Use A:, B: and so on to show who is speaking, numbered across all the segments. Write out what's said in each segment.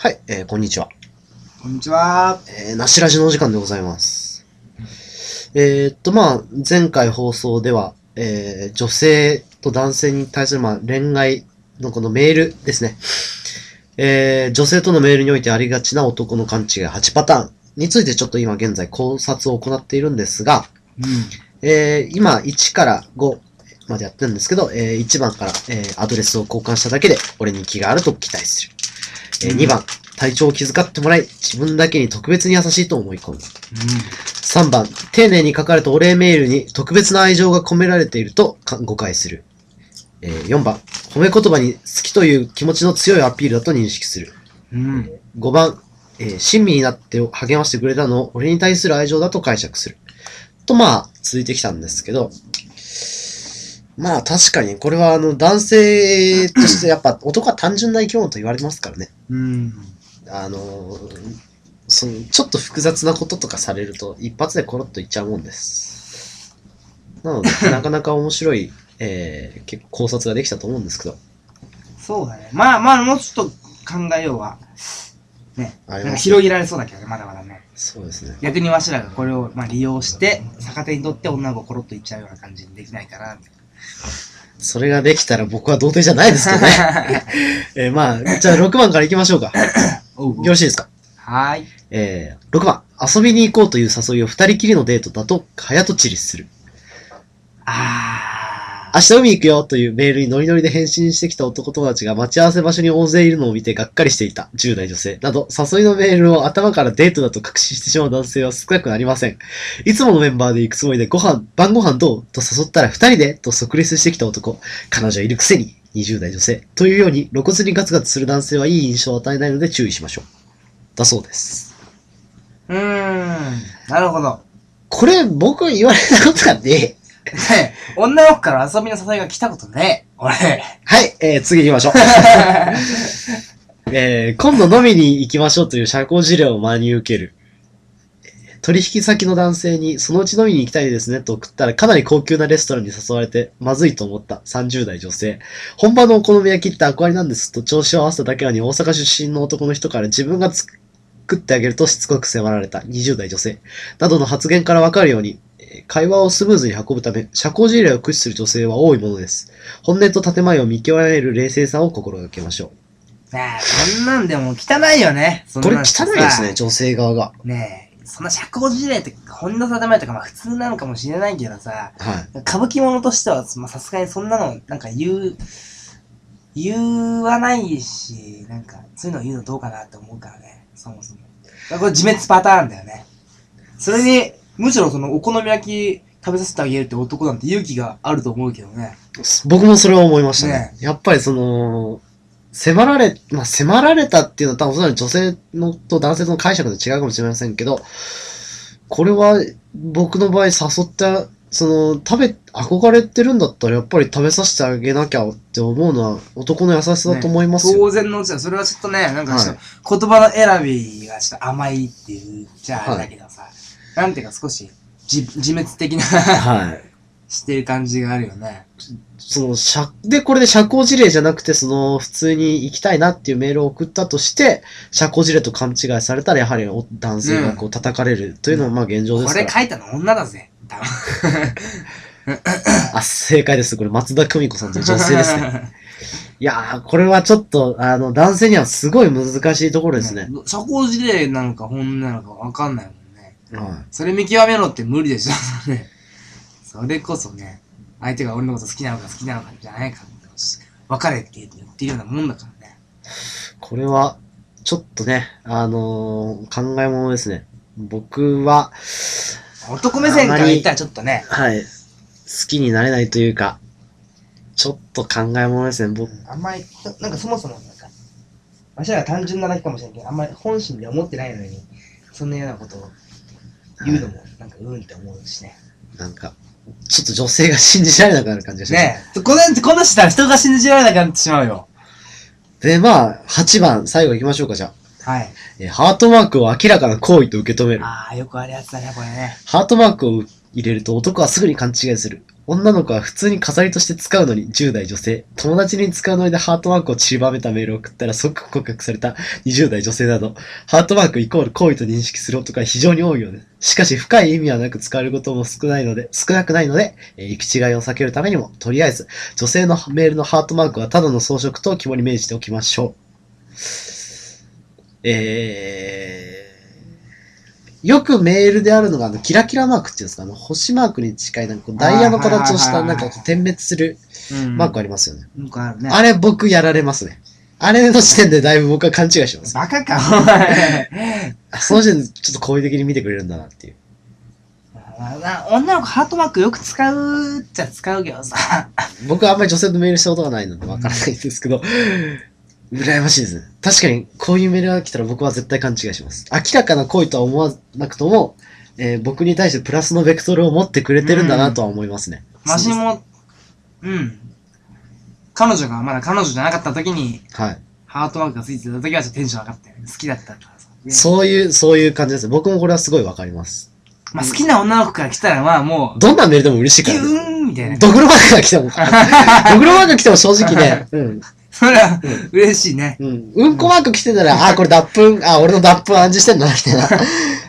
A: はい、えー、こんにちは。
B: こんにちは。
A: えー、なしらじのお時間でございます。えー、っと、まあ、前回放送では、えー、女性と男性に対する、まあ、恋愛のこのメールですね。えー、女性とのメールにおいてありがちな男の勘違い8パターンについてちょっと今現在考察を行っているんですが、
B: うん。
A: えー今1から5までやってるんですけど、えー1番から、えーアドレスを交換しただけで俺に気があると期待する。えー
B: うん
A: 2番、体調を気遣ってもらい、自分だけに特別に優しいと思い込む。3番、丁寧に書かれたお礼メールに特別な愛情が込められているとか誤解する。えー4番、褒め言葉に好きという気持ちの強いアピールだと認識する。
B: うん。うん。
A: 5番、えー親身になって励ましてくれたのを俺に対する愛情だと解釈する。と、まあ、続いてきたんですけど、まあ確かに、これはあの男性としてやっぱ男は単純な生き物と言われますからね。
B: うん。
A: あのーそのちょっと複雑なこととかされると一発でコロッといっちゃうもんです。なので、なかなか面白い、えー結構考察ができたと思うんですけど、
B: そうだね。まあまあ、もうちょっと考えようは。ね。
A: あ
B: な
A: りますね
B: んか広げられそうだけどね、まだまだね。
A: そうですね。
B: 逆にわしらがこれをまあ利用して、逆手にとって女の子をコロッといっちゃうような感じにできないかな。
A: それができたら僕は童貞じゃないですけどね。えーまあ、じゃあ6番から行きましょうか。よ
B: おうおう
A: ろしいですか
B: はーい。
A: えー、6番。遊びに行こうという誘いを二人きりのデートだと、早とちりする。
B: あー。
A: 明日海行くよというメールにノリノリで返信してきた男友達が待ち合わせ場所に大勢いるのを見てがっかりしていた10代女性など、誘いのメールを頭からデートだと確信してしまう男性は少なくなりません。いつものメンバーで行くつもりでご飯、晩ご飯どうと誘ったら二人でと即立してきた男。彼女いるくせに20代女性。というように露骨にガツガツする男性はいい印象を与えないので注意しましょう。だそうです。
B: うーん。なるほど。
A: これ僕言われたことがね。
B: ね女の子から遊びの誘いが来たことね。俺。
A: はい、えー、次行きましょう。えー今度飲みに行きましょうという社交辞令を真に受ける。えー取引先の男性に、そのうち飲みに行きたいですねと送ったら、かなり高級なレストランに誘われて、まずいと思った30代女性。本場のお好み焼きって憧れなんですと調子を合わせただけなのに、大阪出身の男の人から自分が作ってあげるとしつこく迫られた20代女性。などの発言からわかるように、えー会話をスムーズに運ぶため、社交辞令を駆使する女性は多いものです。本音と建前を見極める冷静さを心がけましょう。
B: ねえ、そんなんでも汚いよね。そんな
A: こ
B: ん
A: れ汚いですね、。女性側が。
B: ねえ、そんな社交辞令って、本音の定めとかまあ普通なのかもしれないけどさ、
A: はい。
B: 歌舞伎者としては、まあさすがにそんなの、なんか言う、言わないし、なんか、そういうの言うのどうかなって思うからね、そもそも。だからこれ自滅パターンだよね。それに、むしろそのお好み焼き食べさせてあげるって男なんて勇気があると思うけどね。
A: 僕もそれは思いましたね。
B: ね
A: やっぱりその、迫られ、まあ、迫られたっていうのは多分それは女性のと男性との解釈で違うかもしれませんけど、これは僕の場合誘った、その、食べ、憧れてるんだったらやっぱり食べさせてあげなきゃって思うのは男の優しさだと思いますよ。
B: 当然のうちだ。それはちょっとね、なんかちょっ
A: は
B: と言葉の選びがちょっと甘いっていうじゃああれだけどさ、なんていうか少し自自滅的な
A: はい。
B: してる感じがあるよね。
A: その、社、で、これで社交辞令じゃなくて、その、普通に行きたいなっていうメールを送ったとして、社交辞令と勘違いされたら、やはりお男性がこう叩かれるというのは、まあ現状
B: こ
A: ですか
B: れ
A: ら。
B: 書いたの女だぜ。多分
A: あ、正解です。これ松田久美子さんという女性です ね。いやー、これはちょっと、あの、男性にはすごい難しいところですね。
B: うん社交辞令なのか本音なのかわかんないもんね。
A: は
B: それ見極めろって無理でしょ、それ。それこそね、相手が俺のこと好きなのか好きなのかじゃないかって別れって言ってるようなもんだからね。
A: い。これは、ちょっとね、あのー考え物ですね。僕は、
B: 男目線から言ったらちょっとね、
A: はい、好きになれないというか、ちょっと考え物ですね。僕
B: あんまり、ななんかそもそもなんか、わしらが単純なだけかもしれんけど、あんまり本心で思ってないのに、そんなようなことを言うのも、なんかうんって思うしね。
A: なんか、ちょっと女性が信じられなくなる感じがします。
B: ねえ、こんなんこんなんしたら人が信じられなくなってしまうよ。
A: で、まあ、8番、最後行きましょうか、じゃあ。
B: はい。
A: えーハートマークを明らかな行為と受け止める。
B: ああ、よくあるやつだね、これね。
A: ハートマークを入れると男はすぐに勘違いする。女の子は普通に飾りとして使うのに10代女性。友達に使うノリでハートマークを散りばめたメールを送ったら即告白された20代女性など、ハートマークイコール行為と認識する男が非常に多いようです。しかし深い意味はなく使われることも少ないので、少なくないので、えー行き違いを避けるためにも、とりあえず、女性のメールのハートマークはただの装飾と肝に銘じておきましょう。えー、よくメールであるのが、あの、キラキラマークっていうんですか、あの、星マークに近い、なんかこうダイヤの形をし
B: あ
A: た、
B: ー
A: なんかこう点滅する
B: うん
A: マークありますよね。
B: なんかあるね。
A: あれ僕やられますね。あれの時点でだいぶ僕は勘違いしてます。
B: バカか、 お前。
A: あ その時点でちょっと好意的に見てくれるんだなっていう。
B: な女の子ハートマークよく使うっちゃ使うけどさ。
A: 僕はあんまり女性とメールしたことがないのでわからないんですけど、 羨ましいですね。確かにこういうメールが来たら僕は絶対勘違いします。明らかな恋とは思わなくとも、えー僕に対してプラスのベクトルを持ってくれてるんだなとは思いますね。
B: マシ
A: そう
B: も、うん。彼女がまだ彼女じゃなかった時に、
A: ですはい。
B: ハートマークがついてた時はちょっとテンション上がったよね。好きだったからさ。
A: そういう、そういう感じです。僕もこれはすごいわかります。
B: まあ好きな女の子から来たらまあもう、
A: どんなメールでも嬉しい
B: ギ
A: から、ね。
B: ューンみたいな。
A: ドグロマークが来 ても、ドグロマークが来ても正直ね、うん、
B: それは嬉しいね。
A: うん、うんこマーク来てたら、あ、これ脱粉、あ、俺の脱粉暗示してんだな、みたいな。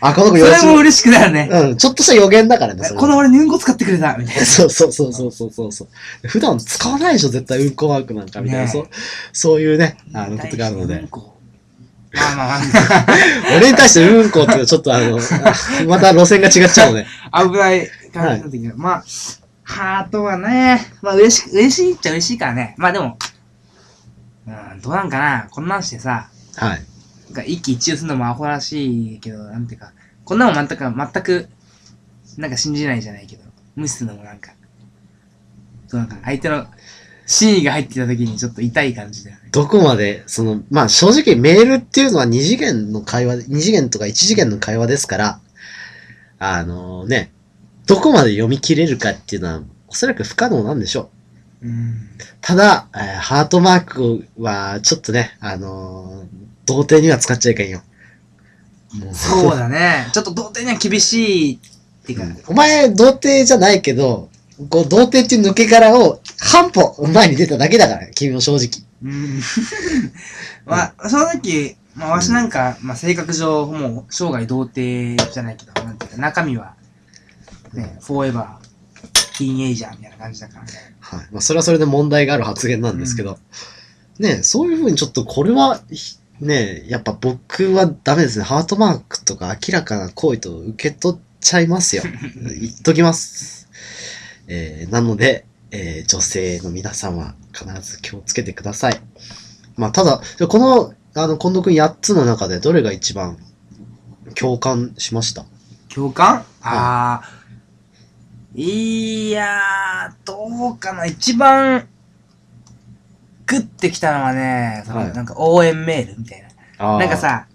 A: あ、この
B: そ
A: 子よろ
B: れ
A: し
B: も嬉しくなるね。
A: うん、ちょっとした予言だからね、それは
B: この俺にうんこ使ってくれたみたいな。
A: そうそうそうそうそうそうそう。普段使わないでしょ、絶対うんこマークなんかみたいな、
B: ねえ
A: そうそういうね、あのことがあるの
B: う
A: で
B: ん。こまあまあま
A: 俺に対してうんこっていうのはちょっとあの、あまた路線が違っちゃうので。
B: あ、危ない感じだったけど、まあ、ハートはね、まあ嬉し、嬉しいっちゃ嬉しいからね。まあでも、うん、どうなんかな。こんなんしてさ、
A: はい。
B: なんか一喜一憂するのもアホらしいけど、なんていうか、こんなもん全く、全く、なんか信じないじゃないけど、無視するのもなんか、そうなんか相手の真意が入ってきた時にちょっと痛い感じだよね。
A: どこまで、その、まあ正直メールっていうのは二次元の会話で、二次元とか一次元の会話ですから、あのね、どこまで読み切れるかっていうのは、おそらく不可能なんでしょう。
B: うん。
A: ただ、えーハートマークは、ちょっとね、あのー童貞には使っちゃいけんよ。もう
B: そうだね。 ちょっと童貞には厳しいっていうか、
A: お前、童貞じゃないけど、こう、童貞っていう抜け殻を半歩前に出ただけだから、君も正直。
B: うん。 まあ、正直、まあ、わしなんか、まあ、性格上、もう、生涯童貞じゃないけど、なんていうか、中身は、ね、フォーエバー、ティーンエイジャーみたいな感じだからね。
A: はい。まあ、それはそれで問題がある発言なんですけど、ねえそういうふうにちょっとこれは、ひねえやっぱ僕はダメですね。ハートマークとか明らかな行為と受け取っちゃいますよ。言っときます。えーなので、えー女性の皆さんは必ず気をつけてください。まあ、ただ、じゃあこの、あの、近藤くん8つの中でどれが一番共感しました
B: 共感ああ。いやー、どうかな。一番、グッてきたのはね、その
A: はい
B: なんか応援メールみたいな。
A: あー
B: なんか、さ、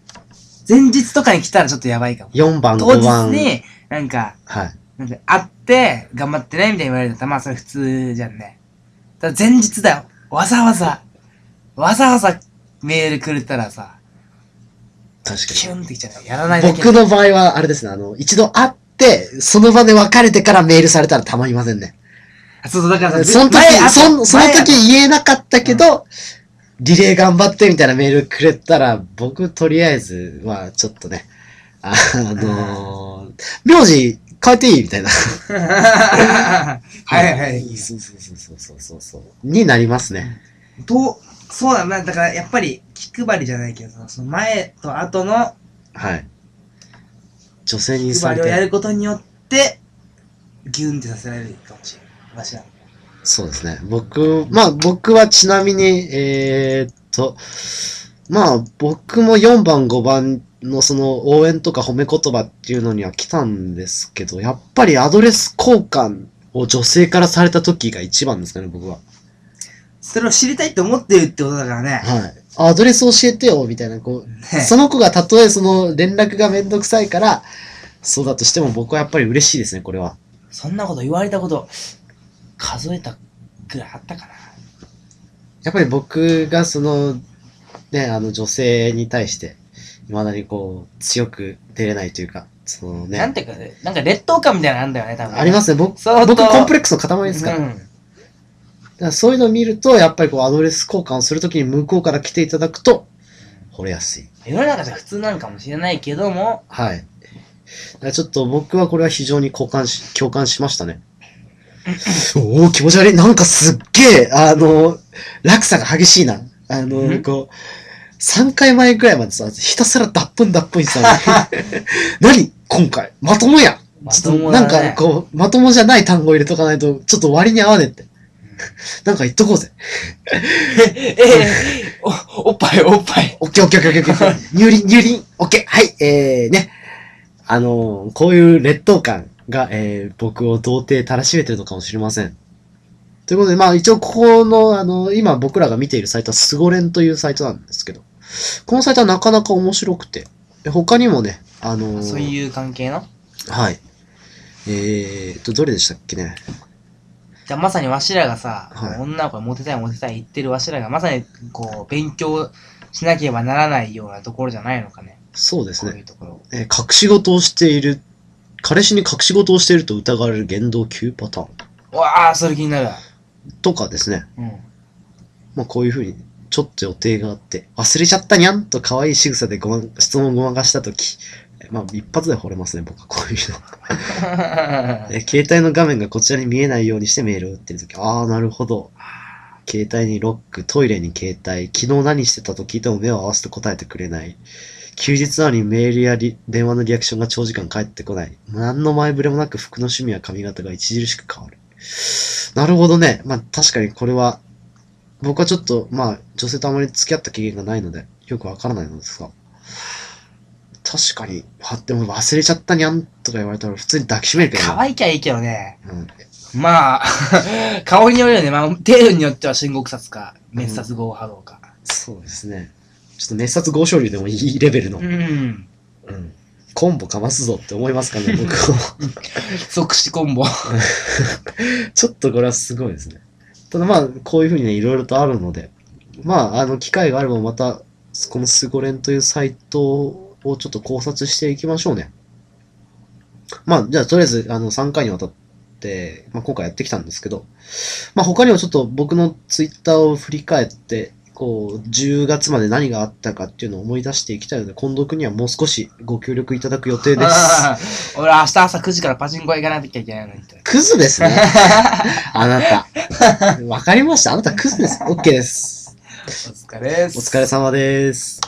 B: 前日とかに来たらちょっとやばいかも。
A: 4番、
B: 当
A: 5
B: 日
A: 番。
B: に、なんか、
A: はい。
B: なんか、会って、頑張ってね、みたいに言われたら、まあ、それ普通じゃんね。ただ、前日だよ。わざわざ、わざわざメールくれたらさ、
A: 確かに
B: キ。ュンってきちゃうね。やらないだけ
A: 僕の場合は、あれですね、あの、一度会って、その場で別れてからメールされたらたまりませんね。
B: あそうそう、だからさ、
A: その時
B: 前、あ
A: そんその
B: 前
A: 時言えなかったけど、リレー頑張ってみたいなメールくれたら、僕とりあえずは、ちょっとね、あのー、名字変えていいみたいな。
B: はいはいはい。
A: そうそうそうそうそうそう。になりますね。
B: どう、そうだな、だからやっぱり気配りじゃないけどさ、その前と後の
A: はい。女性に
B: 気
A: さ
B: 配
A: れ
B: りをや
A: て、
B: ることによって、ギュンってさせられるかもしれない。わしは。
A: そうですね。僕、まあ僕はちなみに、えーっと、まあ僕も4番5番のその応援とか褒め言葉っていうのには来たんですけど、やっぱりアドレス交換を女性からされた時が一番ですかね、僕は。
B: それを知りたいって思ってるってことだからね。
A: はい。アドレス教えてよ、みたいな、こう、
B: ね
A: その子がたとえその連絡がめんどくさいから、そうだとしても僕はやっぱり嬉しいですね、これは。
B: そんなこと言われたこと、数えたくらいあったかな。
A: やっぱり僕がその、ね、あの女性に対して、未だにこう、強く出れないというか、その
B: な
A: ね
B: ん。ていうか、なんか劣等感みたいなのあんだよね、多分、
A: ありますね。僕、
B: 相当
A: 僕コンプレックスの塊ですから。だ
B: うん
A: からそういうのを見ると、やっぱりこうアドレス交換をするときに向こうから来ていただくと、惚れやすい。
B: 世の中じゃ普通なのかもしれないけども、
A: はい。だからちょっと僕はこれは非常に交感し、共感しましたね。おお、気持ち悪い。なんかすっげえ、あの、落差が激しいな。あの、
B: ん
A: こう、3回前ぐらいまでさ、ひたすら脱粉脱粉してたのに 何今回まともや
B: ま
A: ち
B: と
A: ょっと
B: も
A: な
B: だ
A: んか
B: ね、
A: こう、まともじゃない単語入れとかないと、ちょっと割に合わねえって。なんか言っとこうぜ。
B: ええお、おっぱいおっぱい。
A: オッケーオッケーオッケーオッケーオッケー。入輪、入輪、オッケー。はい、えー、ね。あのーこういう劣等感が、えー、僕を童貞たらしめてるのかもしれません。ということで、まあ一応ここの、あのー今僕らが見ているサイトはスゴレンというサイトなんですけど、このサイトはなかなか面白くて、で他にもね、あのー
B: そういう関係の
A: はい。えーっと、どれでしたっけね。
B: じゃあまさにわしらがさ、
A: はい
B: 女の子にモテたいモテたい言ってるわしらがまさにこう勉強しなければならないようなところじゃないのかね。
A: そうです
B: そう
A: ね
B: い。うところ。
A: えー隠し事をしている、彼氏に隠し事をしていると疑われる言動9パターン
B: うわあ、それ気になるわ。
A: とかですね。
B: うん。
A: まあ、こういうふうに、ちょっと予定があって、忘れちゃったにゃんと可愛い仕草でごま、質問をごまかしたとき、まあ、一発で惚れますね、僕はこういうの。え携帯の画面がこちらに見えないようにしてメールを打ってるとき、ああ、なるほど。携帯にロック、トイレに携帯、昨日何してたと聞いても目を合わせて答えてくれない。休日なのにメールやリ電話のリアクションが長時間返ってこない。何の前触れもなく服の趣味や髪型が著しく変わる。なるほどね。まあ確かにこれは、僕はちょっと、まあ女性とあまり付き合った経験がないので、よくわからないのですが。確かに、あ、でも忘れちゃったにゃんとか言われたら普通に抱きしめるけどな。
B: 可愛きゃいいけどね。
A: うん
B: まあ、 顔によるよね。まあ、程度によっては深刻殺か、滅殺豪波動か。
A: そうですね。ちょっと熱殺豪昇流でもいいレベルの、
B: うん。
A: うんコンボかますぞって思いますかね、僕は。
B: 即死コンボ。
A: ちょっとこれはすごいですね。ただまあ、こういうふうにね、いろいろとあるので、まあ、あの、機会があればまた、このスゴレンというサイトをちょっと考察していきましょうね。まあ、じゃあ、とりあえず、あの、3回にわたって、まあ、今回やってきたんですけど、まあ、他にもちょっと僕のツイッターを振り返って、こう、10月まで何があったかっていうのを思い出していきたいので、近藤君にはもう少しご協力いただく予定 です。
B: す。俺明日朝9時からパチンコ屋行かなきゃいけないのに。
A: クズですね。あなた。わかりました。あなたクズです。OK です。
B: お疲れで
A: お疲れ様です。